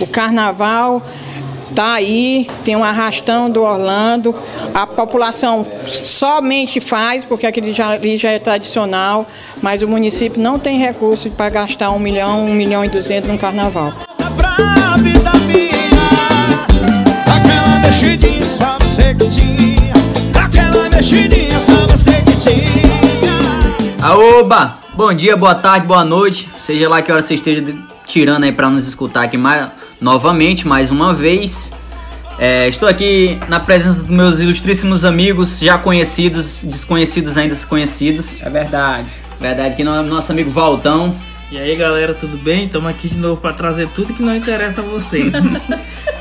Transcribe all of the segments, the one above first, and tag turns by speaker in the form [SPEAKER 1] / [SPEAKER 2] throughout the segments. [SPEAKER 1] O carnaval está aí, tem um arrastão do Orlando, a população somente faz, porque aquele já, ali já é tradicional, mas o município não tem recurso para gastar um milhão, um milhão e duzentos no carnaval.
[SPEAKER 2] Aoba! Bom dia, boa tarde, boa noite, seja lá que hora você esteja tirando aí para nos escutar aqui mais, novamente, mais uma vez. É, estou aqui na presença dos meus ilustríssimos amigos, já conhecidos, desconhecidos ainda desconhecidos.
[SPEAKER 3] É verdade.
[SPEAKER 2] Verdade que no, nosso amigo Valtão.
[SPEAKER 4] E aí galera, tudo bem? Estamos aqui de novo para trazer tudo que não interessa a vocês.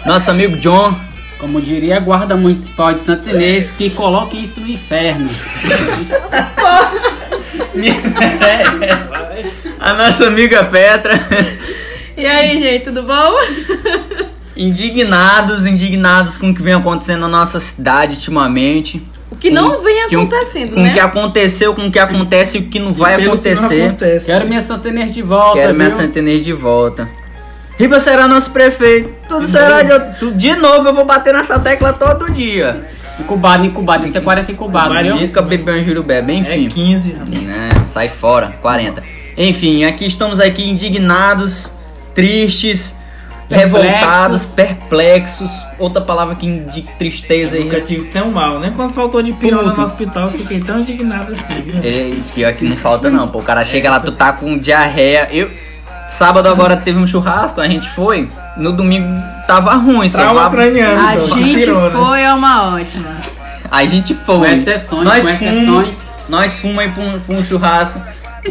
[SPEAKER 2] nosso amigo John.
[SPEAKER 5] Como diria a guarda municipal de Santa Inês, que coloque isso no inferno.
[SPEAKER 2] a nossa amiga Petra.
[SPEAKER 6] E aí, gente, tudo bom?
[SPEAKER 2] Indignados, indignados com o que vem acontecendo na nossa cidade ultimamente.
[SPEAKER 6] O que com, não vem acontecendo,
[SPEAKER 2] com,
[SPEAKER 6] né?
[SPEAKER 2] Com o que aconteceu, com o que acontece e o que não vai acontecer. Não acontece.
[SPEAKER 5] Quero minha Santenês de volta.
[SPEAKER 2] Quero
[SPEAKER 5] viu?
[SPEAKER 2] minha Santenês de volta. Riba será nosso prefeito. Tudo de será. De, de novo eu vou bater nessa tecla todo dia.
[SPEAKER 5] Incubado, incubado, isso é 40 incubado, viu?
[SPEAKER 2] Nunca bebeu um jurubeba, enfim.
[SPEAKER 4] É 15.
[SPEAKER 2] É, sai fora, 40. Enfim, aqui estamos aqui indignados, tristes, perplexos. revoltados, perplexos. Outra palavra que de tristeza
[SPEAKER 4] eu aí. Nunca tive tão mal, né? Quando faltou de pirona no hospital, eu fiquei tão indignado assim. Viu?
[SPEAKER 2] Ele, pior que não falta não, pô. O cara chega lá, tu tá com diarreia. Eu... Sábado agora teve um churrasco, a gente foi. No domingo tava ruim,
[SPEAKER 4] só né? tava... ucraniano.
[SPEAKER 6] A gente foi, é uma ótima.
[SPEAKER 2] A gente foi.
[SPEAKER 5] né? Com exceções, nós com
[SPEAKER 2] fomos, exceções. Nós fomos aí pra um, pra um churrasco.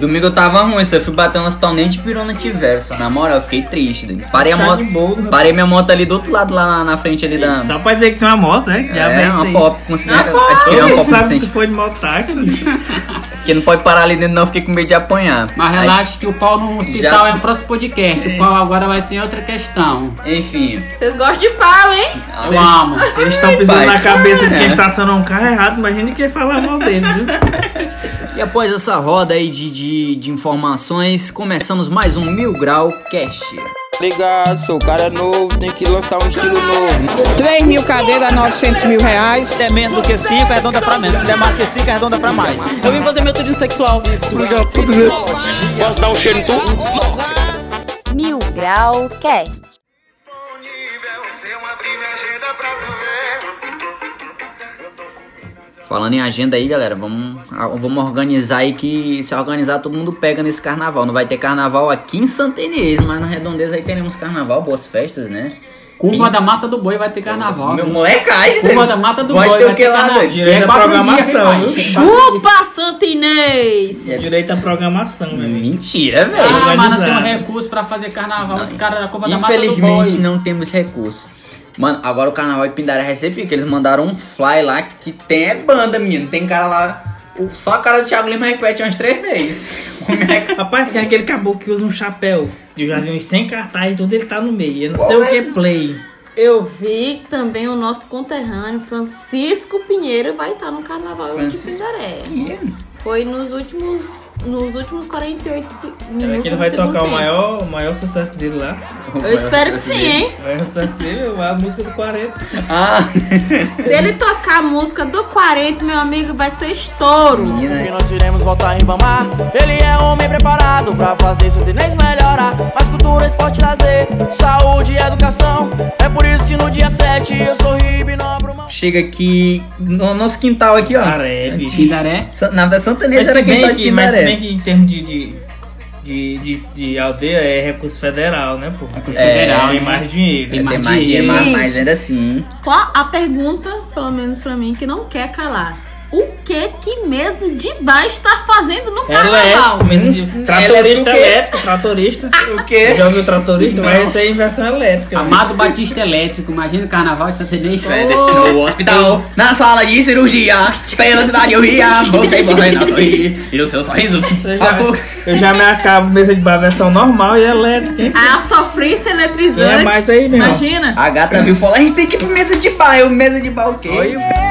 [SPEAKER 2] Domingo eu tava ruim, só fui bater no hospital nem de pirona tiver. Só na moral, eu fiquei triste. Né?
[SPEAKER 4] Tá
[SPEAKER 2] Parei a moto. Bolo, parei minha moto ali do outro lado, lá na, na frente ali da.
[SPEAKER 4] Só pra dizer que tem uma moto, né?
[SPEAKER 2] Já é, uma aí. pop. Consegui adquirir é uma pop
[SPEAKER 4] sabe que foi de mototáxi, bicho.
[SPEAKER 2] Porque não pode parar ali dentro, não. Fiquei com medo de apanhar.
[SPEAKER 5] Mas relaxa que o pau no hospital já... é o próximo podcast. É. O pau agora vai ser outra questão.
[SPEAKER 2] Enfim.
[SPEAKER 6] Vocês gostam de pau, hein?
[SPEAKER 5] Eu eles, amo.
[SPEAKER 4] Eles estão pisando na cabeça é. de quem estacionou um carro errado, mas a gente quer falar mal deles, viu?
[SPEAKER 2] E após essa roda aí de, de, de, informações, começamos mais um Mil Grau Cast.
[SPEAKER 7] Obrigado, sou cara novo, tem que lançar um estilo novo.
[SPEAKER 1] 3 mil cadeiras, 900 mil reais.
[SPEAKER 8] Se der menos do que 5, arredonda pra menos. Se der mais do que 5, arredonda pra mais.
[SPEAKER 9] Eu vim fazer meu turismo sexual.
[SPEAKER 7] Obrigado, tudo bem. Posso dar um cheiro em tu?
[SPEAKER 10] Mil Grau Cast.
[SPEAKER 2] Falando em agenda aí, galera, vamos, vamos organizar aí que se organizar todo mundo pega nesse carnaval. Não vai ter carnaval aqui em Santa Inês, mas na Redondeza aí teremos carnaval, boas festas, né?
[SPEAKER 5] Curva e... da Mata do Boi vai ter carnaval.
[SPEAKER 2] Meu molecagem,
[SPEAKER 5] Curva né? da Mata do vai Boi
[SPEAKER 2] ter vai ter o que lá, carnaval.
[SPEAKER 4] Direito à é programação. Dias,
[SPEAKER 6] Chupa, Santa Inês!
[SPEAKER 4] É. Direito à programação, né,
[SPEAKER 2] Hum.
[SPEAKER 4] velho.
[SPEAKER 2] Mentira, velho.
[SPEAKER 5] Ah, Organizado. mas não temos recurso pra fazer carnaval. Não. Os caras da Curva da Mata do Boi.
[SPEAKER 2] Infelizmente não temos recurso. Mano, agora o carnaval de Pindaré recebeu, que eles mandaram um fly lá que tem é banda, menino. Tem cara lá. Só a cara do Thiago Lima repete umas três vezes.
[SPEAKER 4] Rapaz, tem aquele caboclo que usa um chapéu. Eu já vi uns 100 cartazes, tudo ele tá no meio. Eu não Qual sei é? o que é play.
[SPEAKER 6] Eu vi também o nosso conterrâneo Francisco Pinheiro vai estar no carnaval
[SPEAKER 2] Francisco
[SPEAKER 6] de Pindaré. Foi nos últimos nos últimos 48 minutos.
[SPEAKER 4] Será que ele vai tocar tempo. o maior, o maior sucesso dele lá?
[SPEAKER 6] Eu espero que sim,
[SPEAKER 4] dele.
[SPEAKER 6] hein?
[SPEAKER 4] O maior sucesso dele é a música do 40.
[SPEAKER 2] Ah!
[SPEAKER 6] Se ele tocar a música do 40, meu amigo, vai ser estouro.
[SPEAKER 2] né?
[SPEAKER 11] Menina. E nós iremos voltar em Bamar. Ele é homem preparado pra fazer seu tênis melhorar. Mas cultura, esporte, lazer, saúde e educação. É por isso que no dia 7 eu sorri e não abro mão.
[SPEAKER 2] Chega aqui no nosso quintal aqui, ó.
[SPEAKER 4] é,
[SPEAKER 2] Pindaré.
[SPEAKER 5] Pindaré.
[SPEAKER 2] Na da Santa Inês era quintal de Pindaré
[SPEAKER 4] em termos de, de, de, de, de aldeia é recurso federal, né, pô?
[SPEAKER 5] Recurso é, federal.
[SPEAKER 4] Tem mais dinheiro.
[SPEAKER 2] Tem mais, mais dinheiro, mas, mas ainda assim.
[SPEAKER 6] Qual a pergunta, pelo menos pra mim, que não quer calar? O que que mesa de bar está fazendo no
[SPEAKER 4] é.
[SPEAKER 2] Ah,
[SPEAKER 6] carnaval?
[SPEAKER 4] Elétrico, mesa de... Tratorista elétrico, tratorista.
[SPEAKER 2] o quê?
[SPEAKER 4] Já ouviu tratorista? Não. Mas isso é inversão elétrica.
[SPEAKER 5] Amado viu? Batista Elétrico, imagina o carnaval de Santa Inês.
[SPEAKER 2] Oh. No hospital, na sala de cirurgia, pela cidade eu ria, você vai nascer e o seu sorriso.
[SPEAKER 4] Eu já, eu já me acabo mesa de bar versão normal e elétrica. Hein?
[SPEAKER 6] A sofrência Ah, eletrizante.
[SPEAKER 4] É mais aí mesmo.
[SPEAKER 6] Imagina.
[SPEAKER 2] A gata viu e falou, a gente tem que ir pra mesa de bar. Eu, mesa de bar o quê?
[SPEAKER 11] Olha.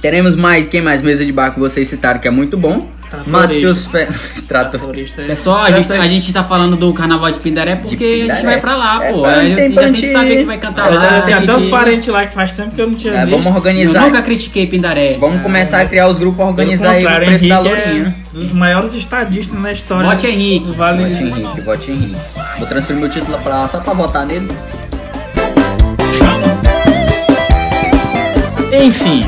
[SPEAKER 2] Teremos mais, quem mais? Mesa de bar que vocês citaram, que é muito bom.
[SPEAKER 4] Tratorista.
[SPEAKER 2] Matheus Fe... Trator.
[SPEAKER 4] Floresta é-
[SPEAKER 5] Pessoal, a gente, a gente tá falando do carnaval de Pindaré porque a gente
[SPEAKER 2] Pindaré.
[SPEAKER 5] vai pra lá,
[SPEAKER 2] É,
[SPEAKER 5] pô.
[SPEAKER 2] pra-
[SPEAKER 5] a gente
[SPEAKER 2] tem
[SPEAKER 5] ainda tem
[SPEAKER 2] plantio.
[SPEAKER 5] que saber quem vai cantar lá.
[SPEAKER 4] Eu tenho até
[SPEAKER 5] que
[SPEAKER 4] uns
[SPEAKER 5] dia.
[SPEAKER 4] parentes lá que faz tempo que eu não tinha
[SPEAKER 2] É,
[SPEAKER 4] visto.
[SPEAKER 2] vamos
[SPEAKER 5] Eu
[SPEAKER 2] organizar.
[SPEAKER 5] nunca critiquei Pindaré.
[SPEAKER 2] Vamos começar a criar os grupos,
[SPEAKER 4] Pelo
[SPEAKER 2] organizar aí o
[SPEAKER 4] contrário,
[SPEAKER 2] preço da
[SPEAKER 4] Henrique é
[SPEAKER 2] lourinha.
[SPEAKER 4] dos maiores estadistas na história
[SPEAKER 5] Bote Henrique.
[SPEAKER 4] do Vale
[SPEAKER 2] Vote Henrique, vote Henrique. Vou transferir meu título pra lá só pra votar nele. Enfim,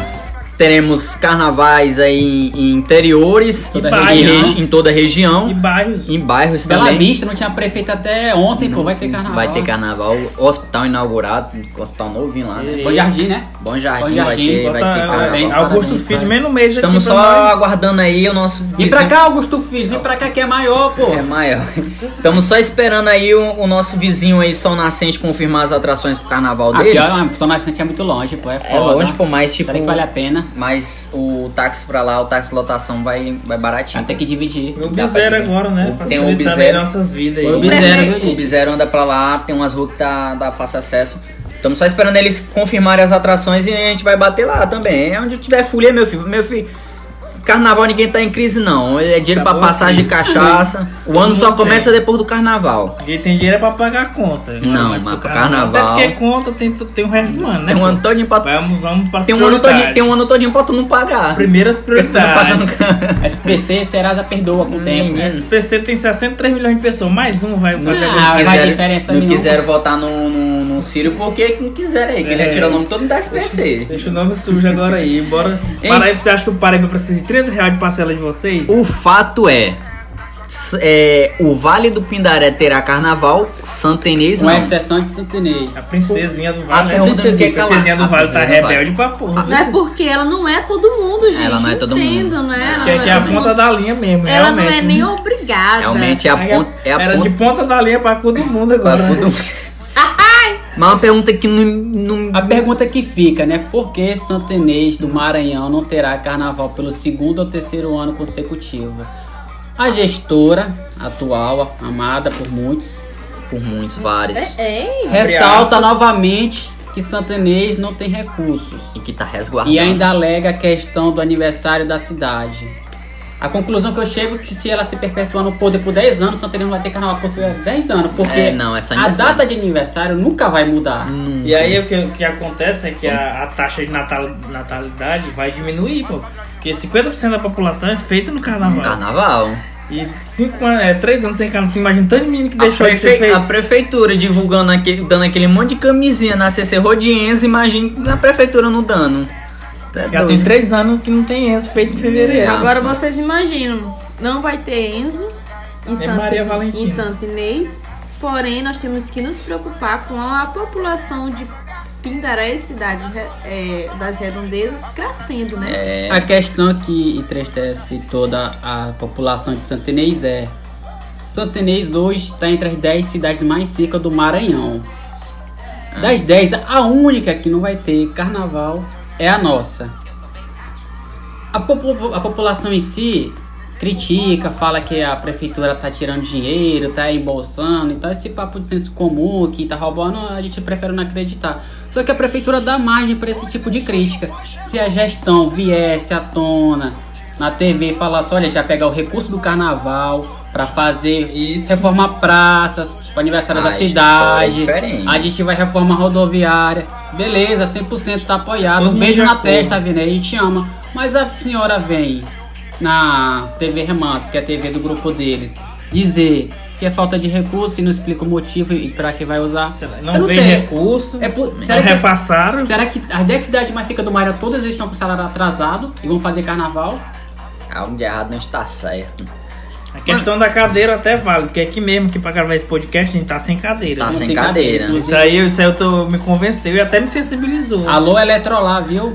[SPEAKER 2] teremos carnavais aí em, em interiores,
[SPEAKER 5] Toda
[SPEAKER 2] em,
[SPEAKER 5] região.
[SPEAKER 2] regi- em toda a
[SPEAKER 4] e
[SPEAKER 2] região,
[SPEAKER 4] bairros.
[SPEAKER 2] em bairros
[SPEAKER 5] Bela
[SPEAKER 2] também.
[SPEAKER 5] Vista, não tinha prefeito até ontem, pô. Vai ter carnaval.
[SPEAKER 2] Vai ter carnaval, hospital inaugurado, hospital novinho lá, né?
[SPEAKER 5] Bom Jardim, né?
[SPEAKER 2] Bom Jardim,
[SPEAKER 5] Bom
[SPEAKER 2] vai
[SPEAKER 5] Jardim,
[SPEAKER 2] ter, vai
[SPEAKER 5] bota-
[SPEAKER 2] ter carnaval.
[SPEAKER 5] parabéns,
[SPEAKER 4] é, Augusto
[SPEAKER 5] parabéns,
[SPEAKER 4] Filho,
[SPEAKER 5] parabéns.
[SPEAKER 4] menos mês
[SPEAKER 2] né? Estamos
[SPEAKER 4] aqui pra
[SPEAKER 2] só
[SPEAKER 4] nós.
[SPEAKER 2] aguardando aí o nosso
[SPEAKER 5] Vem pra cá, Augusto Filho. Vem pra cá que é maior, pô.
[SPEAKER 2] É maior. Estamos só esperando aí o, o nosso vizinho aí, Sol Nascente, confirmar as atrações pro carnaval
[SPEAKER 5] A
[SPEAKER 2] dele.
[SPEAKER 5] pior, a São Nascente é muito longe, pô. É foda.
[SPEAKER 2] É longe, pô, mas tipo.
[SPEAKER 5] Será que vale a pena?
[SPEAKER 2] Mas o táxi pra lá, o táxi lotação vai, vai baratinho.
[SPEAKER 5] Vai ter que dividir.
[SPEAKER 4] Tem
[SPEAKER 2] Dá
[SPEAKER 4] o
[SPEAKER 2] pra
[SPEAKER 4] Bizero
[SPEAKER 2] ver.
[SPEAKER 4] agora, né?
[SPEAKER 2] Tem um o
[SPEAKER 4] Facilitando aí
[SPEAKER 2] Bizero.
[SPEAKER 4] nossas vidas
[SPEAKER 5] Foi
[SPEAKER 4] aí.
[SPEAKER 5] o Bizero,
[SPEAKER 6] prefeito.
[SPEAKER 5] viu,
[SPEAKER 2] O
[SPEAKER 5] gente?
[SPEAKER 2] Bizero anda pra lá, tem umas ruas que tá, dá fácil acesso. Estamos só esperando eles confirmarem as atrações e a gente vai bater lá também. É onde tiver folia, meu filho. Meu filho. Carnaval ninguém tá em crise, não. É dinheiro
[SPEAKER 5] Tá
[SPEAKER 2] pra
[SPEAKER 4] Acabou
[SPEAKER 2] passagem de cachaça. O ano só
[SPEAKER 4] mundo tem.
[SPEAKER 2] começa
[SPEAKER 5] né?
[SPEAKER 2] depois do carnaval.
[SPEAKER 5] Tá
[SPEAKER 4] Porque tem dinheiro é pra pagar a conta.
[SPEAKER 2] Não, mas pro carnaval-
[SPEAKER 4] Até porque conta tem, tem o resto do ano, né?
[SPEAKER 2] Tem um ano todinho pra
[SPEAKER 4] Vamos, vamos pra
[SPEAKER 2] Tem um, ano todinho, tem um ano todinho pra tu não pagar.
[SPEAKER 4] Primeiras
[SPEAKER 2] Porque tu tá pagando
[SPEAKER 4] prioridades.
[SPEAKER 5] SPC, Serasa perdoa com o tempo.
[SPEAKER 4] O SPC tem 63 milhões de pessoas, mais um vai fazer
[SPEAKER 5] Não,
[SPEAKER 4] a
[SPEAKER 5] vai
[SPEAKER 2] quiseram-
[SPEAKER 5] diferença é
[SPEAKER 2] não
[SPEAKER 5] nenhuma.
[SPEAKER 2] quiseram votar no, no, no Círio porque não quiseram aí, que ele
[SPEAKER 4] É.
[SPEAKER 2] ia tirar o nome todo da
[SPEAKER 4] gente-
[SPEAKER 2] SPC.
[SPEAKER 4] Deixa o nome sujo agora aí, bora.
[SPEAKER 2] Enfim.
[SPEAKER 4] Paraíba, você acha que o Paraíba precisa de 30 reais de parcela de vocês?
[SPEAKER 2] O fato é, s- é, o Vale do Pindaré terá carnaval, Santenês
[SPEAKER 5] Com
[SPEAKER 2] não.
[SPEAKER 5] exceção de Santo Inês.
[SPEAKER 4] A princesinha do Vale.
[SPEAKER 2] A pergunta
[SPEAKER 4] né?
[SPEAKER 2] do que é que
[SPEAKER 4] a
[SPEAKER 2] ela-
[SPEAKER 4] princesinha do
[SPEAKER 2] a
[SPEAKER 4] Vale tá
[SPEAKER 2] princesinha do
[SPEAKER 4] rebelde pra porra.
[SPEAKER 6] Não é porque ela não é todo mundo, gente.
[SPEAKER 2] Ela não é todo mundo.
[SPEAKER 6] Entendo, Né? Ela
[SPEAKER 4] Que é,
[SPEAKER 6] não
[SPEAKER 4] que é a
[SPEAKER 6] todo
[SPEAKER 4] ponta
[SPEAKER 6] mundo.
[SPEAKER 4] da linha mesmo,
[SPEAKER 6] Ela não
[SPEAKER 4] realmente. né?
[SPEAKER 6] é nem obrigada.
[SPEAKER 2] Realmente é a
[SPEAKER 4] Aí
[SPEAKER 2] ponta. É a
[SPEAKER 4] Era
[SPEAKER 2] ponta
[SPEAKER 4] de ponta da linha pra todo mundo
[SPEAKER 2] pra
[SPEAKER 4] agora. né?
[SPEAKER 2] todo mundo. Mas é uma pergunta que não. não
[SPEAKER 5] A pergunta que fica, né? Por que Santa Inês do Maranhão não terá carnaval pelo segundo ou terceiro ano consecutivo? A gestora atual, amada por muitos,
[SPEAKER 2] por muitos, vários.
[SPEAKER 6] É, é.
[SPEAKER 5] ressalta novamente que Santa Inês não tem recurso
[SPEAKER 2] E que tá resguardado.
[SPEAKER 5] e ainda alega a questão do aniversário da cidade. A conclusão que eu chego é que se ela se perpetuar no poder por 10 anos, Santa Inês não vai ter carnaval por 10 anos, porque
[SPEAKER 2] É, não, é só
[SPEAKER 5] a
[SPEAKER 2] aniversário.
[SPEAKER 5] data de aniversário nunca vai mudar.
[SPEAKER 4] E aí o que, o que acontece é que a, a taxa de natal- natalidade vai diminuir, pô. Porque 50% da população é feita no carnaval.
[SPEAKER 2] Carnaval.
[SPEAKER 4] E 5 anos, é 3 anos sem carnaval. Tu imagina tanto de menino que
[SPEAKER 2] A,
[SPEAKER 4] deixou de ser
[SPEAKER 2] prefe-
[SPEAKER 4] feito.
[SPEAKER 2] a prefeitura divulgando aquele, dando aquele monte de camisinha na CC Rodiense, imagina a prefeitura não dando. Tá
[SPEAKER 4] Já
[SPEAKER 2] doido.
[SPEAKER 4] tem 3 anos que não tem isso feito em fevereiro.
[SPEAKER 2] É.
[SPEAKER 6] Agora vocês imaginam, não vai ter Enzo em
[SPEAKER 4] Nem
[SPEAKER 6] Santa,
[SPEAKER 4] É Maria Valentina.
[SPEAKER 6] em Santa Inês, porém nós temos que nos preocupar com a população de Pindaré e cidades re- é, das redondezas crescendo, né?
[SPEAKER 2] É.
[SPEAKER 5] A questão que entristece toda a população de Santa Inês é: Santa Inês hoje está entre as 10 cidades mais secas do Maranhão. Ah. Das 10, a única que não vai ter carnaval é a nossa. A, popu- a população em si critica, fala que a prefeitura tá tirando dinheiro, tá embolsando, então esse papo de senso comum que tá roubando, a gente prefere não acreditar. Só que a prefeitura dá margem para esse tipo de crítica. Se a gestão viesse à tona na TV e falasse, olha, a gente vai pegar o recurso do carnaval para fazer
[SPEAKER 2] Isso.
[SPEAKER 5] reformar praças, pro aniversário
[SPEAKER 2] Ah,
[SPEAKER 5] da
[SPEAKER 2] isso é
[SPEAKER 5] cidade,
[SPEAKER 2] diferente.
[SPEAKER 5] a gente vai reformar rodoviária, beleza, 100% tá apoiado,
[SPEAKER 4] Todo
[SPEAKER 5] um
[SPEAKER 4] mundo de
[SPEAKER 5] beijo na
[SPEAKER 4] acordo.
[SPEAKER 5] testa, Vini, a gente te ama. Mas a senhora vem na TV Remanso, que é a TV do grupo deles, dizer que é falta de recurso e não explica o motivo e pra que vai usar.
[SPEAKER 4] Sei lá,
[SPEAKER 5] Eu
[SPEAKER 4] Não
[SPEAKER 5] não
[SPEAKER 4] tem
[SPEAKER 5] sei.
[SPEAKER 4] recurso.
[SPEAKER 5] É por-
[SPEAKER 4] não
[SPEAKER 5] será que-
[SPEAKER 4] repassaram.
[SPEAKER 5] Será que as 10 cidades mais secas do Maranhão todas eles estão com salário atrasado e vão fazer carnaval?
[SPEAKER 2] Tá Algo de Ah, errado não está certo.
[SPEAKER 4] A questão da cadeira até vale, porque é aqui mesmo que pra gravar esse podcast a gente tá sem cadeira.
[SPEAKER 2] Tá
[SPEAKER 4] né?
[SPEAKER 2] sem cadeira.
[SPEAKER 4] Isso
[SPEAKER 5] Inclusive,
[SPEAKER 4] aí, isso aí eu tô, me convenceu e até me sensibilizou.
[SPEAKER 5] Alô, Eletrolá, viu?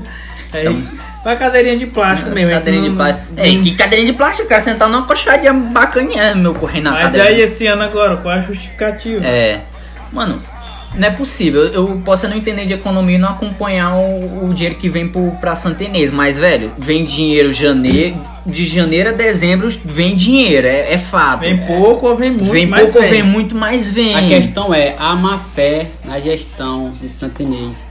[SPEAKER 4] Aí, uma cadeirinha de plástico É mesmo.
[SPEAKER 2] Cadeirinha de
[SPEAKER 4] não-
[SPEAKER 2] plástico. Ei, que cadeirinha de plástico? Eu quero sentar numa coxadinha bacaninha, meu correndo na
[SPEAKER 4] Mas e
[SPEAKER 2] cadeira.
[SPEAKER 4] aí esse ano agora, qual é a justificativa?
[SPEAKER 2] É. Mano, não é possível. Eu posso não entender de economia e não acompanhar o, o dinheiro que vem pro, pra Santa Inês. Mas, velho, vem dinheiro janeiro, de janeiro a dezembro, vem dinheiro. É, é fato.
[SPEAKER 4] Vem pouco ou vem muito?
[SPEAKER 2] Vem
[SPEAKER 4] mas
[SPEAKER 2] pouco ou vem muito, mas vem.
[SPEAKER 5] A questão é a má fé na gestão de Santinês.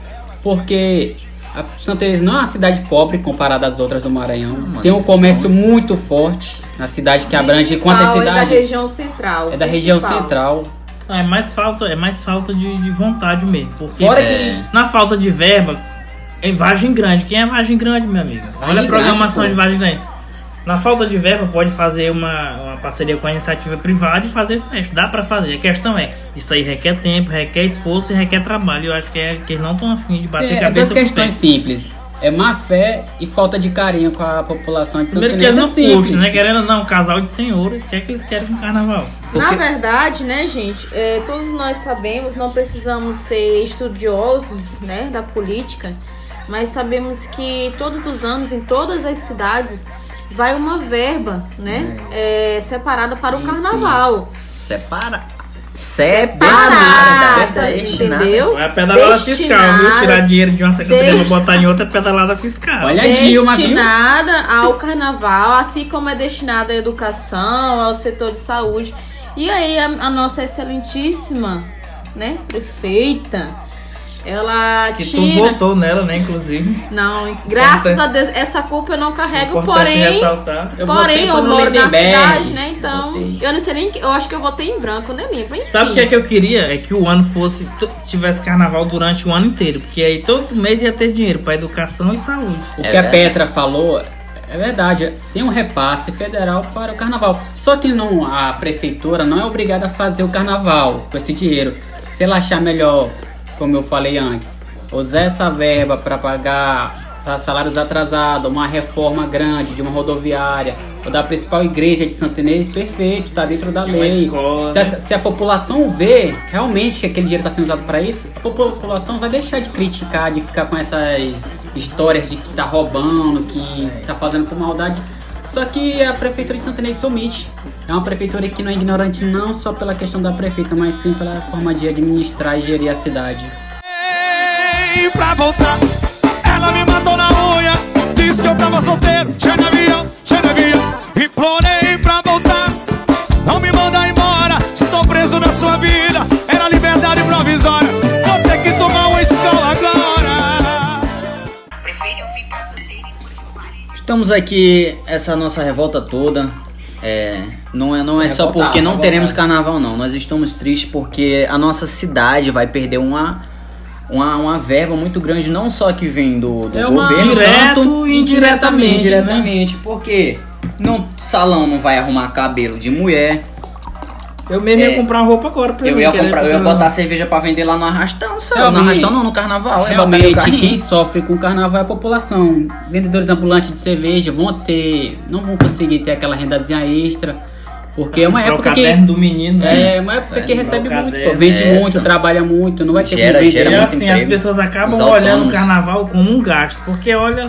[SPEAKER 5] Porque A Santarês não é uma cidade pobre comparada às outras do Maranhão.
[SPEAKER 2] Hum,
[SPEAKER 5] Tem um
[SPEAKER 2] mas-
[SPEAKER 5] comércio muito forte na cidade que abrange quantas
[SPEAKER 6] Principal É da
[SPEAKER 5] cidades?
[SPEAKER 6] região central.
[SPEAKER 5] É da região
[SPEAKER 6] principal.
[SPEAKER 5] central.
[SPEAKER 4] Não, é mais falta, é mais falta de, de vontade mesmo. Porque
[SPEAKER 5] Fora
[SPEAKER 2] É.
[SPEAKER 5] que.
[SPEAKER 4] na falta de verba, é Vagem Grande. Quem é Vagem Grande, meu amigo? Olha a
[SPEAKER 5] Grande,
[SPEAKER 4] programação
[SPEAKER 5] pô.
[SPEAKER 4] de Vagem Grande. Na falta de verba, pode fazer uma, uma parceria com a iniciativa privada e fazer festa. Dá pra fazer. A questão é, isso aí requer tempo, requer esforço e requer trabalho. Eu acho que, é, que eles não estão afim de bater
[SPEAKER 5] É, duas
[SPEAKER 4] cabeça com
[SPEAKER 5] questões
[SPEAKER 4] festa.
[SPEAKER 5] simples. É má fé e falta de carinho com a população de
[SPEAKER 4] Primeiro que eles
[SPEAKER 5] Santarês.
[SPEAKER 4] não
[SPEAKER 5] é simples.
[SPEAKER 4] curtem, né? Querendo ou não, um casal de senhores, o que é que eles querem com carnaval?
[SPEAKER 6] Na
[SPEAKER 2] Porque-
[SPEAKER 6] verdade, né, gente, é, todos nós sabemos, não precisamos ser estudiosos, né, da política, mas sabemos que todos os anos, em todas as cidades, vai uma verba, né, é, separada para o
[SPEAKER 5] Sim,
[SPEAKER 6] carnaval.
[SPEAKER 2] Separa.
[SPEAKER 6] Paradas,
[SPEAKER 2] Separada. destinada.
[SPEAKER 6] tá, entendeu?
[SPEAKER 4] É a pedalada fiscal, viu? Tirar
[SPEAKER 6] Destinada-
[SPEAKER 4] dinheiro de uma secretaria e
[SPEAKER 6] Desti-
[SPEAKER 4] botar em outra é pedalada fiscal.
[SPEAKER 5] Olha a Dilma, viu?
[SPEAKER 6] destinada ao carnaval, assim como é destinada à educação, ao setor de saúde. E aí a, a nossa excelentíssima, né, prefeita, ela
[SPEAKER 4] Que tu
[SPEAKER 6] tira.
[SPEAKER 4] votou nela, né, inclusive.
[SPEAKER 6] Não, graças
[SPEAKER 4] Importante-
[SPEAKER 6] a Deus, essa culpa eu não carrego,
[SPEAKER 4] Importante
[SPEAKER 6] porém.
[SPEAKER 4] ressaltar.
[SPEAKER 5] Eu
[SPEAKER 6] porém,
[SPEAKER 5] votei foi
[SPEAKER 6] eu
[SPEAKER 5] no
[SPEAKER 6] moro na
[SPEAKER 5] Lindenberg.
[SPEAKER 6] cidade, né? Então,
[SPEAKER 5] Votei.
[SPEAKER 6] eu não sei nem. que- Eu acho que eu votei em branco, eu nem lembro. Enfim.
[SPEAKER 4] Sabe o que é que eu queria? É que o ano fosse. t- tivesse carnaval durante o ano inteiro. Porque aí todo mês ia ter dinheiro pra educação e saúde.
[SPEAKER 5] O
[SPEAKER 2] É
[SPEAKER 5] que a
[SPEAKER 2] verdade.
[SPEAKER 5] Petra falou é verdade. Tem um repasse federal para o carnaval. Só que não, a prefeitura não é obrigada a fazer o carnaval com esse dinheiro. Se ela achar melhor, como eu falei antes, usar essa verba para pagar pra salários atrasados, uma reforma grande de uma rodoviária, ou da principal igreja de Santa Inês, perfeito, tá dentro da
[SPEAKER 4] E uma
[SPEAKER 5] lei.
[SPEAKER 4] escola,
[SPEAKER 5] Se
[SPEAKER 4] né?
[SPEAKER 5] a, se a população vê realmente que aquele dinheiro está sendo usado para isso, a popu- população vai deixar de criticar, de ficar com essas histórias de que tá roubando, que tá fazendo por maldade. Só que a prefeitura de Santa Inês se omite. É uma prefeitura que não é ignorante não só pela questão da prefeita, mas sim pela forma de administrar e gerir a cidade.
[SPEAKER 11] Ei, pra voltar, ela me matou na unha. Disse que eu tava solteiro, cheio de avião, cheio de avião. Implorei pra voltar, não me manda embora. Estou preso na sua vida, era liberdade provisória. Vou ter que tomar uma escola agora.
[SPEAKER 2] Estamos aqui, essa nossa revolta toda. É, não é, não é só
[SPEAKER 5] Revoltado,
[SPEAKER 2] porque não
[SPEAKER 5] revoltado.
[SPEAKER 2] teremos carnaval, não. Nós estamos tristes porque a nossa cidade vai perder uma, uma, uma verba muito grande, não só que vem do, do
[SPEAKER 5] É uma-
[SPEAKER 2] governo, né?
[SPEAKER 4] Direto
[SPEAKER 2] tanto
[SPEAKER 4] e indiretamente, né?
[SPEAKER 2] Indiretamente, porque não, salão não vai arrumar cabelo de mulher.
[SPEAKER 4] Eu mesmo
[SPEAKER 2] É.
[SPEAKER 4] ia comprar uma roupa agora pra
[SPEAKER 2] Eu
[SPEAKER 4] mim,
[SPEAKER 2] ia,
[SPEAKER 4] querer-
[SPEAKER 2] comprar, eu ia botar cerveja pra vender lá no arrastão, sabe? No
[SPEAKER 5] Realmente.
[SPEAKER 2] arrastão não, no carnaval. Eu ia botar meu
[SPEAKER 5] Realmente,
[SPEAKER 2] carrinho.
[SPEAKER 5] quem sofre com o carnaval é a população. Vendedores ambulantes de cerveja vão ter, não vão conseguir ter aquela rendazinha extra, porque é uma
[SPEAKER 4] Comprar o
[SPEAKER 5] época que
[SPEAKER 4] caderno do menino, né?
[SPEAKER 5] É, uma época
[SPEAKER 2] É,
[SPEAKER 5] que recebe
[SPEAKER 4] trocar
[SPEAKER 5] muito, pô.
[SPEAKER 4] dessa.
[SPEAKER 5] Vende
[SPEAKER 2] Essa.
[SPEAKER 5] muito, trabalha muito, não vai ter
[SPEAKER 2] Gera-
[SPEAKER 5] como
[SPEAKER 2] gera
[SPEAKER 4] E
[SPEAKER 5] vender.
[SPEAKER 2] muito.
[SPEAKER 4] assim,
[SPEAKER 2] emprego,
[SPEAKER 4] as pessoas acabam
[SPEAKER 2] os
[SPEAKER 4] olhando o
[SPEAKER 2] autônomos.
[SPEAKER 4] carnaval como um gasto, porque olha,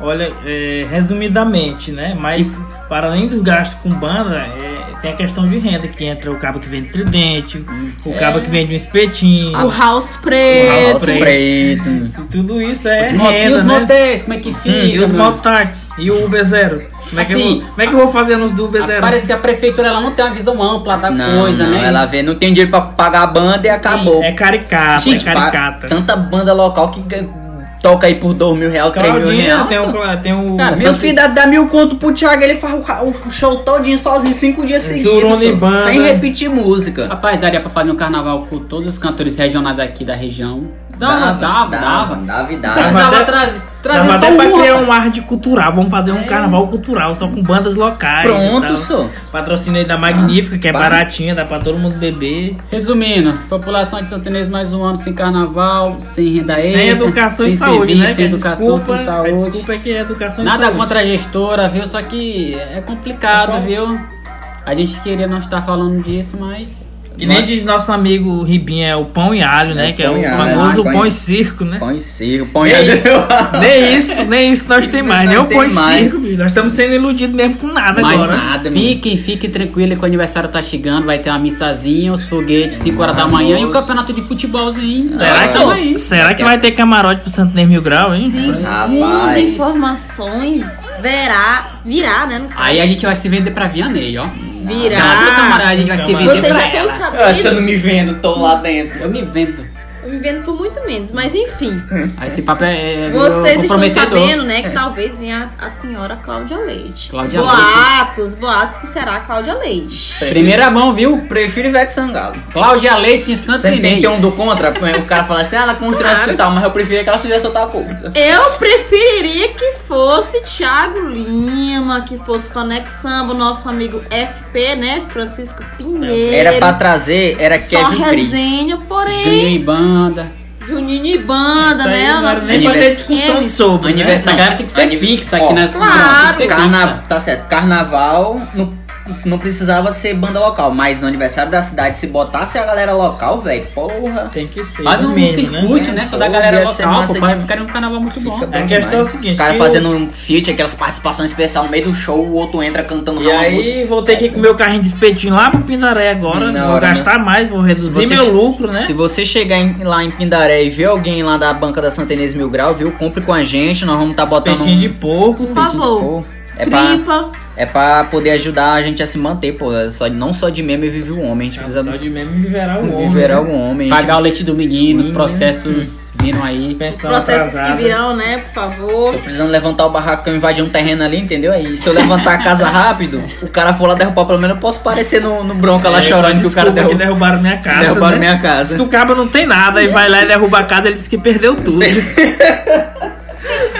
[SPEAKER 4] olha é, resumidamente, né? Mas para além do gasto com banda, é, tem a questão de renda, que entra o cabo que vende tridente,
[SPEAKER 2] Hum.
[SPEAKER 4] o
[SPEAKER 2] É.
[SPEAKER 4] cabo que vende um espetinho,
[SPEAKER 6] O House
[SPEAKER 2] Ah,
[SPEAKER 6] Preto.
[SPEAKER 2] os preto.
[SPEAKER 4] e tudo isso é
[SPEAKER 5] Os mo- e
[SPEAKER 4] renda,
[SPEAKER 5] os
[SPEAKER 4] né?
[SPEAKER 5] motéis, como é que fica?
[SPEAKER 4] Hum, e os
[SPEAKER 5] meu?
[SPEAKER 4] motards, e o Uber Zero. Como é que,
[SPEAKER 5] Assim,
[SPEAKER 4] eu, vou, como é que eu vou fazer nos do Uber Zero?
[SPEAKER 5] Parece que a prefeitura ela não tem uma visão ampla da
[SPEAKER 2] Não,
[SPEAKER 5] coisa,
[SPEAKER 2] não,
[SPEAKER 5] né?
[SPEAKER 2] ela vê, não tem dinheiro pra pagar a banda e acabou.
[SPEAKER 4] É caricata, é caricata.
[SPEAKER 2] pa- tanta banda local que gan- toca aí por dois mil reais, três mil
[SPEAKER 4] Claudinha
[SPEAKER 2] reais.
[SPEAKER 4] tem um
[SPEAKER 2] só.
[SPEAKER 4] o, tem o
[SPEAKER 5] Cara,
[SPEAKER 2] Meu
[SPEAKER 5] Santos-
[SPEAKER 2] filho dá, dá mil conto pro Thiago, ele faz o, ca- o show todinho sozinho, cinco dias
[SPEAKER 4] Suruna
[SPEAKER 2] seguidos,
[SPEAKER 4] e
[SPEAKER 2] só,
[SPEAKER 4] banda.
[SPEAKER 2] sem repetir música.
[SPEAKER 5] Rapaz, daria pra fazer um carnaval com todos os cantores regionais aqui da região. Dava, dava, dava.
[SPEAKER 2] Dava, e dava.
[SPEAKER 4] Dava
[SPEAKER 5] Precisava
[SPEAKER 4] até-
[SPEAKER 5] trazer,
[SPEAKER 4] Dá
[SPEAKER 5] trazer só
[SPEAKER 4] até pra
[SPEAKER 5] um,
[SPEAKER 4] criar
[SPEAKER 5] rapaz.
[SPEAKER 4] um ar de cultural. Vamos fazer um carnaval cultural, só com bandas locais. e tal.
[SPEAKER 2] Pronto, só.
[SPEAKER 4] Patrocínio aí da Magnífica, que é
[SPEAKER 2] vale.
[SPEAKER 4] baratinha, dá pra todo mundo beber.
[SPEAKER 5] Resumindo, população de Santa Inês mais um ano sem carnaval, sem renda extra.
[SPEAKER 4] sem educação e
[SPEAKER 5] sem
[SPEAKER 4] saúde,
[SPEAKER 5] serviço,
[SPEAKER 4] né? Que
[SPEAKER 5] Sem
[SPEAKER 4] a
[SPEAKER 5] educação,
[SPEAKER 4] desculpa,
[SPEAKER 5] sem
[SPEAKER 4] A
[SPEAKER 5] saúde.
[SPEAKER 4] desculpa é que é educação e
[SPEAKER 5] Nada
[SPEAKER 4] saúde.
[SPEAKER 5] contra a gestora, viu? Só que é complicado,
[SPEAKER 4] Pessoal.
[SPEAKER 5] viu? A gente queria não estar falando disso, mas.
[SPEAKER 4] Que nem diz nosso amigo Ribinha, é o pão e alho, né?
[SPEAKER 2] É,
[SPEAKER 4] que é
[SPEAKER 2] pão
[SPEAKER 4] o
[SPEAKER 2] e alho,
[SPEAKER 4] famoso
[SPEAKER 2] é, pão
[SPEAKER 4] pão
[SPEAKER 2] e-
[SPEAKER 4] e circo, né?
[SPEAKER 2] Põe circo, põe...
[SPEAKER 4] Ei. Nem isso, nem isso nós tem mais. Nem
[SPEAKER 2] Nós
[SPEAKER 4] o
[SPEAKER 2] tem
[SPEAKER 4] pão e
[SPEAKER 2] mais.
[SPEAKER 4] circo, bicho. Nós estamos sendo iludidos mesmo com nada
[SPEAKER 5] Mas
[SPEAKER 4] agora.
[SPEAKER 2] nada,
[SPEAKER 5] fiquem, fiquem tranquilos que o aniversário tá chegando, vai ter uma missazinha, os foguetes, 5 horas da manhã e o
[SPEAKER 2] Nossa.
[SPEAKER 5] campeonato de futebolzinho.
[SPEAKER 4] É. Será,
[SPEAKER 2] Ah,
[SPEAKER 4] que,
[SPEAKER 5] Tamo aí?
[SPEAKER 4] será que vai ter camarote pro Santo Ney Mil Grau, hein?
[SPEAKER 6] Segundo
[SPEAKER 2] Rapaz,
[SPEAKER 6] informações, verá, virá, né? no caso.
[SPEAKER 5] Aí a gente vai se vender pra Vianney, ó. Será que o
[SPEAKER 6] Virá.
[SPEAKER 5] camarada a gente vai se vender
[SPEAKER 6] Vocês
[SPEAKER 5] pra
[SPEAKER 6] já
[SPEAKER 5] ela?
[SPEAKER 6] estão
[SPEAKER 2] Ah, se eu
[SPEAKER 6] sabendo.
[SPEAKER 2] não me vendo, tô lá dentro.
[SPEAKER 5] Eu me vendo.
[SPEAKER 6] me vendo por muito menos, mas enfim.
[SPEAKER 5] Aí esse papo é, é
[SPEAKER 6] Vocês estão
[SPEAKER 5] comprometedor.
[SPEAKER 6] sabendo, né, que talvez venha a senhora Cláudia Leite.
[SPEAKER 5] Cláudia
[SPEAKER 6] boatos, boatos que será a Cláudia Leite.
[SPEAKER 5] Primeira mão, viu?
[SPEAKER 2] Prefiro Ivete Sangalo.
[SPEAKER 5] Cláudia Leite em Santo
[SPEAKER 2] Sempre tem que ter um
[SPEAKER 5] Inês.
[SPEAKER 2] do contra, o cara fala assim, ah, ela construiu um hospital, mas eu preferia que ela fizesse outra coisa.
[SPEAKER 6] Eu preferiria que fosse Thiago Lima, que fosse Conex Samba, o nosso amigo FP, né, Francisco Pinheiro.
[SPEAKER 2] Era pra trazer, era
[SPEAKER 6] só
[SPEAKER 2] Kevin Cris.
[SPEAKER 6] resenha, porém,
[SPEAKER 5] Juninho e Banda.
[SPEAKER 6] Juninho e Banda,
[SPEAKER 4] Isso aí
[SPEAKER 6] né, o
[SPEAKER 4] não era
[SPEAKER 6] nosso
[SPEAKER 4] nem pra ter
[SPEAKER 2] Anivers-
[SPEAKER 4] discussão
[SPEAKER 6] M.
[SPEAKER 4] sobre. né?
[SPEAKER 2] Anivers-
[SPEAKER 5] Essa
[SPEAKER 2] não,
[SPEAKER 5] galera tem que ser
[SPEAKER 2] anime-
[SPEAKER 5] fixa aqui
[SPEAKER 2] ó,
[SPEAKER 5] nas
[SPEAKER 6] claro.
[SPEAKER 5] tem que ser
[SPEAKER 2] Carna...
[SPEAKER 5] fixa.
[SPEAKER 2] Tá certo, carnaval não, não precisava ser banda local, mas no aniversário da cidade, se botasse a galera local, velho, porra.
[SPEAKER 4] Tem que ser.
[SPEAKER 5] Faz
[SPEAKER 4] no
[SPEAKER 5] um
[SPEAKER 4] mínimo,
[SPEAKER 5] circuito, né? Só da galera
[SPEAKER 2] Ia ser
[SPEAKER 5] local,
[SPEAKER 2] massa
[SPEAKER 5] pô, vai ficar um carnaval muito bom.
[SPEAKER 4] A questão é o seguinte,
[SPEAKER 2] Os caras
[SPEAKER 4] eu-
[SPEAKER 2] fazendo um feat, aquelas participações especiais no meio do show, o outro entra cantando
[SPEAKER 4] E
[SPEAKER 2] uma música.
[SPEAKER 4] aí vou ter que ir com meu carrinho de espetinho lá pro Pindaré agora.
[SPEAKER 2] Na
[SPEAKER 4] vou
[SPEAKER 2] hora, né?
[SPEAKER 4] gastar mais, vou reduzir meu lucro, né?
[SPEAKER 2] Se você chegar em- lá em Pindaré e ver alguém lá da banca da Santa Inês Mil Grau, viu? Compre com a gente, nós vamos estar botando
[SPEAKER 4] Espetinho
[SPEAKER 2] um...
[SPEAKER 4] de porco.
[SPEAKER 6] Por favor,
[SPEAKER 2] Pô, é pra,
[SPEAKER 6] tripa.
[SPEAKER 2] é pra poder ajudar a gente a se manter, pô. É Só, não só de meme vive o homem, a gente precisa
[SPEAKER 4] É, Só de mesmo viverá o homem. né?
[SPEAKER 2] viver algum homem. né? a gente-
[SPEAKER 5] Pagar o leite do menino, os processos viram aí.
[SPEAKER 4] Pensão
[SPEAKER 6] Processos
[SPEAKER 4] atrasada.
[SPEAKER 6] que virão, né, por favor.
[SPEAKER 2] Tô precisando levantar o barracão, invadir um terreno ali, entendeu? Aí se eu levantar a casa rápido, o cara for lá derrubar, pelo menos eu posso parecer no, no bronca Tá lá
[SPEAKER 4] É,
[SPEAKER 2] chorando que o cara
[SPEAKER 4] desculpa, que
[SPEAKER 2] derrubou.
[SPEAKER 4] derrubaram minha casa.
[SPEAKER 2] Derrubaram
[SPEAKER 4] né?
[SPEAKER 2] minha
[SPEAKER 4] Se
[SPEAKER 2] casa.
[SPEAKER 4] o cabo não tem nada e vai lá e derruba a casa, ele diz que perdeu tudo.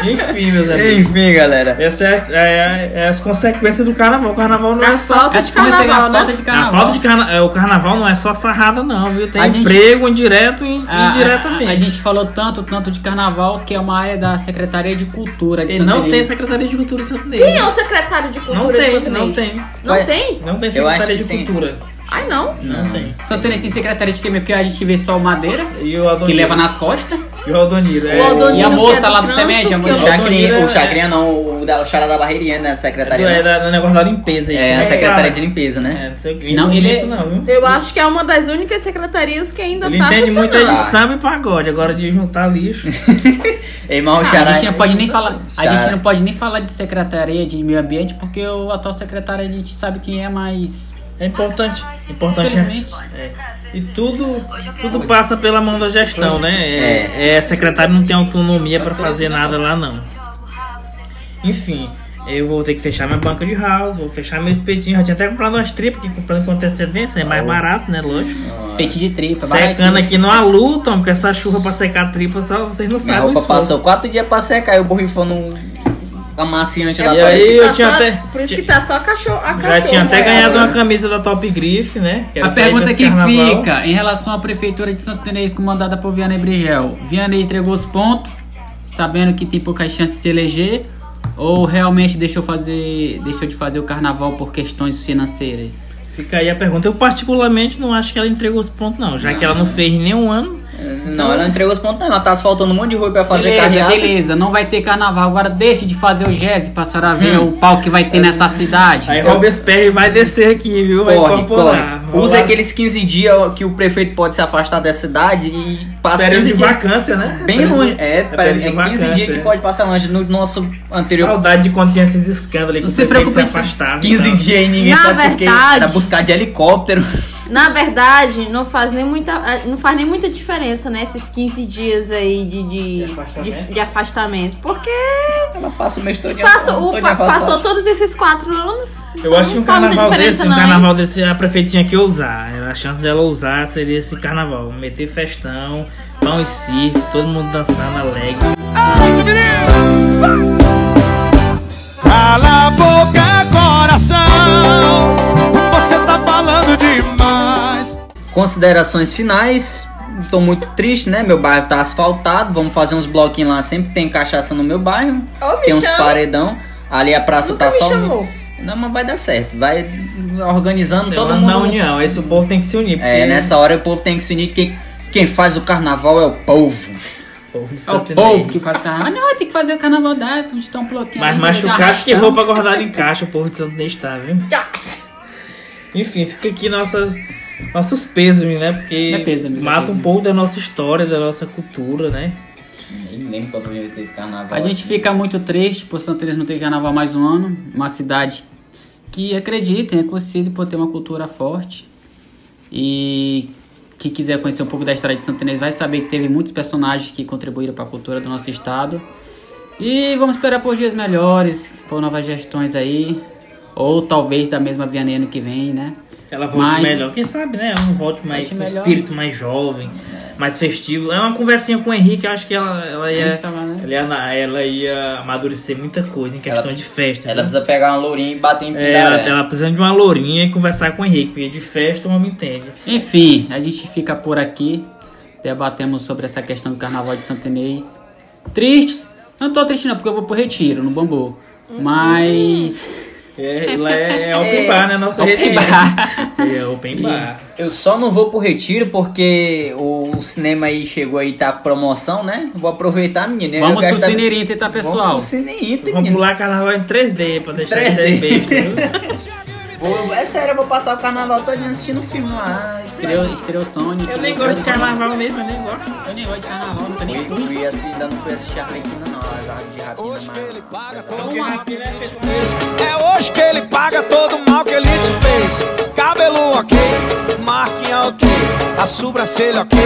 [SPEAKER 4] Enfim, meus amigos.
[SPEAKER 2] Enfim, galera.
[SPEAKER 4] Essas é, é, é as consequências do carnaval. O carnaval não é
[SPEAKER 6] A
[SPEAKER 4] só.
[SPEAKER 6] falta de
[SPEAKER 5] Acho que comecei a ganhar
[SPEAKER 6] carnaval, né?
[SPEAKER 5] falta de
[SPEAKER 4] A
[SPEAKER 5] carnaval.
[SPEAKER 4] falta de carna... é, O carnaval não é só sarrada, não, viu? Tem
[SPEAKER 5] A gente-
[SPEAKER 4] emprego indireto e
[SPEAKER 5] A-
[SPEAKER 4] indiretamente.
[SPEAKER 5] Ah, A, a, gente falou tanto, tanto de carnaval, que é uma área da Secretaria de Cultura de
[SPEAKER 4] E
[SPEAKER 5] Santa
[SPEAKER 4] não tem
[SPEAKER 5] Inês.
[SPEAKER 4] Secretaria de Cultura em Santo Inês.
[SPEAKER 6] Quem é o secretário de cultura
[SPEAKER 4] Não
[SPEAKER 6] de
[SPEAKER 4] tem,
[SPEAKER 6] Santo
[SPEAKER 4] não
[SPEAKER 6] Inês?
[SPEAKER 4] tem.
[SPEAKER 6] Não
[SPEAKER 2] Vai.
[SPEAKER 6] tem?
[SPEAKER 4] Não tem
[SPEAKER 2] Eu acho
[SPEAKER 4] Secretaria de
[SPEAKER 2] que tem.
[SPEAKER 4] Cultura.
[SPEAKER 6] Ai, não.
[SPEAKER 4] Não, tem.
[SPEAKER 5] Santa Inês tem Secretaria de Queimia, porque a gente vê só o Madeira,
[SPEAKER 4] E o Aldoniro.
[SPEAKER 5] que leva nas costas.
[SPEAKER 4] E o Aldoniro.
[SPEAKER 6] O Aldoniro
[SPEAKER 5] E a
[SPEAKER 6] que é
[SPEAKER 5] moça lá do
[SPEAKER 6] trânsito,
[SPEAKER 5] semente,
[SPEAKER 6] que
[SPEAKER 5] a
[SPEAKER 6] eu
[SPEAKER 5] moça-
[SPEAKER 2] O
[SPEAKER 6] não-
[SPEAKER 2] Chacrinha, o Chacrinha não, o da o Xará da Barreirinha, né?
[SPEAKER 4] É, do-
[SPEAKER 2] Secretaria.
[SPEAKER 4] né?
[SPEAKER 2] né?
[SPEAKER 4] é da, do negócio da limpeza aí.
[SPEAKER 2] É, a
[SPEAKER 4] Como
[SPEAKER 2] secretária
[SPEAKER 4] fala?
[SPEAKER 2] de limpeza, né?
[SPEAKER 4] É, não sei o que.
[SPEAKER 5] Não,
[SPEAKER 4] Não,
[SPEAKER 5] ele
[SPEAKER 4] ele.
[SPEAKER 5] é-
[SPEAKER 4] Não, viu?
[SPEAKER 6] Eu acho que é uma das únicas secretarias que ainda
[SPEAKER 4] Ele
[SPEAKER 6] tá
[SPEAKER 4] entende muito é de
[SPEAKER 6] funcionando.
[SPEAKER 4] samba e pagode, agora de juntar lixo.
[SPEAKER 2] Ei, irmão,
[SPEAKER 4] Ah,
[SPEAKER 2] o
[SPEAKER 5] a
[SPEAKER 2] Ah, Xará. é
[SPEAKER 5] gente não pode nem falar, a
[SPEAKER 2] Xará.
[SPEAKER 5] gente não pode nem falar de Secretaria de Meio Ambiente, porque o atual secretário a gente sabe quem é, mas
[SPEAKER 4] É importante. Importante é.
[SPEAKER 5] infelizmente
[SPEAKER 4] é. E tudo, tudo passa pela mão da gestão, né?
[SPEAKER 2] É.
[SPEAKER 4] É, é, secretário não tem autonomia pra fazer nada lá, não. Enfim, eu vou ter que fechar minha banca de house, vou fechar meu espetinho. Eu tinha até comprado umas tripas, que comprando com antecedência é mais barato, né? Lógico.
[SPEAKER 5] espeite de
[SPEAKER 4] tá
[SPEAKER 5] tripa,
[SPEAKER 4] Secando aqui numa luta, porque essa chuva pra secar tripa, só vocês não
[SPEAKER 2] Minha
[SPEAKER 4] sabem. o
[SPEAKER 2] roupa
[SPEAKER 4] esforço.
[SPEAKER 2] passou quatro dias pra secar e o borrifando um amaciante
[SPEAKER 6] É
[SPEAKER 2] lá
[SPEAKER 6] por
[SPEAKER 4] E
[SPEAKER 2] atrás.
[SPEAKER 6] isso que
[SPEAKER 4] aí, eu
[SPEAKER 6] tá
[SPEAKER 4] tinha
[SPEAKER 6] só-
[SPEAKER 4] até-
[SPEAKER 6] Por isso que tá só a cachorro. A
[SPEAKER 4] Já
[SPEAKER 6] cachorro
[SPEAKER 4] tinha até
[SPEAKER 6] né?
[SPEAKER 4] ganhado uma camisa da Top Griff, né? Que era
[SPEAKER 5] A
[SPEAKER 4] pra ir pra
[SPEAKER 5] pergunta
[SPEAKER 4] esse
[SPEAKER 5] que
[SPEAKER 4] carnaval.
[SPEAKER 5] fica em relação à prefeitura de Santo Inês comandada por Vianney Brigel. Vianney entregou os pontos, sabendo que tem poucas chances de se eleger, ou realmente deixou fazer, deixou de fazer o carnaval por questões financeiras?
[SPEAKER 4] Fica aí a pergunta. Eu particularmente não acho que ela entregou os pontos, não. Já que ela não fez nenhum ano.
[SPEAKER 2] Não, ela não entregou os pontos, não. Ela tá asfaltando um monte de rua pra fazer
[SPEAKER 5] beleza,
[SPEAKER 2] carreata.
[SPEAKER 5] beleza, não vai ter carnaval. Agora deixe de fazer o Gese pra senhora ver o pau que vai ter nessa cidade.
[SPEAKER 4] É,
[SPEAKER 5] É
[SPEAKER 4] Aí Robespierre vai descer aqui, viu? Vai
[SPEAKER 2] Corre, corre.
[SPEAKER 4] incorporar.
[SPEAKER 2] Usa
[SPEAKER 4] Rolar
[SPEAKER 2] aqueles 15 dias que o prefeito pode se afastar da cidade e passa
[SPEAKER 4] Período
[SPEAKER 2] 15
[SPEAKER 4] de
[SPEAKER 2] dias
[SPEAKER 4] vacância, né?
[SPEAKER 2] bem longe. É,
[SPEAKER 4] período
[SPEAKER 2] parece
[SPEAKER 4] de
[SPEAKER 2] é 15
[SPEAKER 4] vacância,
[SPEAKER 2] dias que
[SPEAKER 4] é.
[SPEAKER 2] pode passar longe. No nosso anterior,
[SPEAKER 4] Saudade de quando tinha esses escândalos aí que
[SPEAKER 5] Não
[SPEAKER 4] o
[SPEAKER 5] se
[SPEAKER 4] prefeito se
[SPEAKER 5] preocupe, gente.
[SPEAKER 4] afastava.
[SPEAKER 2] 15
[SPEAKER 4] então.
[SPEAKER 2] dias e ninguém
[SPEAKER 6] Na
[SPEAKER 2] sabe por quê.
[SPEAKER 6] verdade-
[SPEAKER 2] Era buscar de helicóptero.
[SPEAKER 6] Na verdade, não faz nem muita, ah, não faz nem muita diferença, né? Esses 15 dias aí de, de,
[SPEAKER 4] De afastamento.
[SPEAKER 6] de- de afastamento. Porque
[SPEAKER 2] Ela passa o mês todo
[SPEAKER 6] passa,
[SPEAKER 2] todo
[SPEAKER 6] o,
[SPEAKER 2] dia
[SPEAKER 6] pa-
[SPEAKER 2] afastada.
[SPEAKER 6] passou todos esses quatro anos.
[SPEAKER 4] Eu acho que um
[SPEAKER 6] Não faz muita
[SPEAKER 4] carnaval
[SPEAKER 6] diferença,
[SPEAKER 4] desse, um
[SPEAKER 6] não, hein?
[SPEAKER 4] carnaval desse, a prefeita tinha que ousar. Era A chance dela ousar seria esse carnaval. Meter festão, pão e circo, todo mundo dançando alegre.
[SPEAKER 11] Cala a boca, coração. Você tá falando demais.
[SPEAKER 2] Considerações finais. Tô muito triste, né? Meu bairro tá asfaltado. Vamos fazer uns bloquinhos lá. Sempre tem cachaça no meu bairro.
[SPEAKER 6] Ô, me
[SPEAKER 2] tem uns
[SPEAKER 6] chama.
[SPEAKER 2] paredão. Ali a praça
[SPEAKER 6] Nunca
[SPEAKER 2] tá
[SPEAKER 6] me
[SPEAKER 4] um-
[SPEAKER 2] só.
[SPEAKER 6] chamou.
[SPEAKER 2] Não, mas vai dar certo. Vai organizando todo
[SPEAKER 4] Semana
[SPEAKER 2] mundo.
[SPEAKER 4] da união. Esse o povo tem que se unir.
[SPEAKER 2] É,
[SPEAKER 4] porque
[SPEAKER 2] nessa hora o povo tem que se unir, que quem faz o carnaval é o povo.
[SPEAKER 4] o povo de
[SPEAKER 5] É o
[SPEAKER 4] Santo
[SPEAKER 5] povo
[SPEAKER 4] Inês.
[SPEAKER 5] que faz carnaval. Ah, Não, tem que fazer o carnaval da de um bloquinho.
[SPEAKER 4] Mas
[SPEAKER 5] ali,
[SPEAKER 4] machucar
[SPEAKER 5] arrastão.
[SPEAKER 4] que roupa guardada em caixa, o povo de Santo Inês tá, viu? Enfim, fica aqui nossas, nossos pesos, né? Porque
[SPEAKER 5] É pêsames, é
[SPEAKER 4] mata um
[SPEAKER 5] pêsames.
[SPEAKER 4] pouco da nossa história, da nossa cultura, né?
[SPEAKER 2] Nem lembro quando eu teve carnaval.
[SPEAKER 5] A gente fica muito triste por Santa Teresa não ter carnaval mais um ano. Uma cidade que, acreditem, é conhecida por ter uma cultura forte. E que quiser conhecer um pouco da história de Santa Inês vai saber que teve muitos personagens que contribuíram para a cultura do nosso estado. E vamos esperar por dias melhores, por novas gestões aí. Ou talvez da mesma Vianney ano que vem, né?
[SPEAKER 4] Ela volte
[SPEAKER 5] Mas-
[SPEAKER 4] melhor. Quem sabe, né? Ela não volte mais
[SPEAKER 5] Volte
[SPEAKER 4] com
[SPEAKER 5] melhor.
[SPEAKER 4] espírito mais jovem, mais festivo. É uma conversinha com o Henrique, eu acho que ela, ela
[SPEAKER 5] É,
[SPEAKER 4] ia.
[SPEAKER 5] chama, né?
[SPEAKER 4] Ela ia, na- ela ia amadurecer muita coisa em questão
[SPEAKER 2] Ela-
[SPEAKER 4] de festa.
[SPEAKER 5] assim,
[SPEAKER 2] Ela
[SPEAKER 5] né?
[SPEAKER 4] viu?
[SPEAKER 2] precisa pegar uma lourinha e bater em
[SPEAKER 4] É, ela, ela precisa de uma lourinha e conversar com o Henrique, porque de festa o homem entende.
[SPEAKER 5] Enfim, a gente fica por aqui. Debatemos sobre essa questão do carnaval de Santa Inês. Triste? Eu não tô triste não, porque eu vou pro retiro, no bambu. Mas.
[SPEAKER 4] É, ela é, é open bar, né? Nossa
[SPEAKER 5] Open
[SPEAKER 4] rede.
[SPEAKER 5] bar.
[SPEAKER 4] É open bar.
[SPEAKER 2] Eu só não vou pro retiro porque o cinema aí chegou aí, tá promoção, né? Vou aproveitar, menino. Eu
[SPEAKER 5] Vamos
[SPEAKER 2] quero
[SPEAKER 5] pro
[SPEAKER 2] tá-
[SPEAKER 5] Cine Inter, tá, pessoal?
[SPEAKER 2] Vamos pro Cine Inter,
[SPEAKER 4] Vamos
[SPEAKER 2] menino.
[SPEAKER 4] pular carnaval em 3D pra deixar
[SPEAKER 2] 3D.
[SPEAKER 4] 3D. besta.
[SPEAKER 2] Vou- é sério, eu vou passar o carnaval todo assistindo filme lá.
[SPEAKER 5] Estreou, estreou Sonic.
[SPEAKER 4] Eu nem gosto de carnaval mesmo, eu nem gosto.
[SPEAKER 5] Eu nem gosto de carnaval, nunca nem
[SPEAKER 2] Fui,
[SPEAKER 5] fui.
[SPEAKER 2] fui assim, ainda não fui assistir a Arlequina, não. A de Rapina, mas...
[SPEAKER 11] É hoje que ele paga todo o mal que ele te fez. Cabelo ok, marquinha ok, a sobrancelha ok,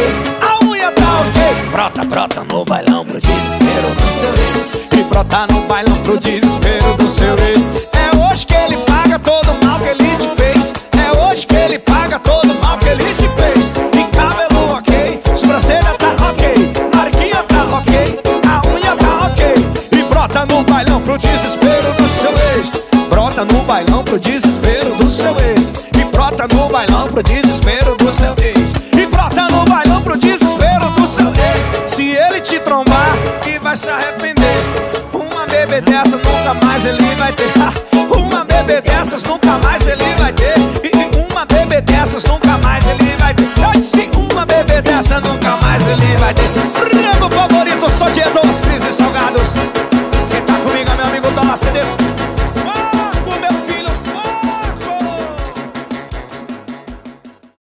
[SPEAKER 11] a unha tá ok. Brota, brota no bailão pro desespero do seu ex. E brota no bailão pro desespero do seu ex. É hoje que ele paga todo o mal que ele te fez. É hoje que ele paga todo o mal que ele te fez. E cabelo ok, sobrancelha tá ok, marquinha tá ok, a unha tá ok. E brota no bailão pro desespero do seu ex. Brota no bailão pro desespero do seu ex. E brota no bailão pro desespero do seu ex. E brota no bailão pro desespero do seu ex. Se ele te trombar e vai se arrepender. Uma bebê dessa nunca mais ele vai ter. Uma bebê dessas nunca mais ele vai ter. tá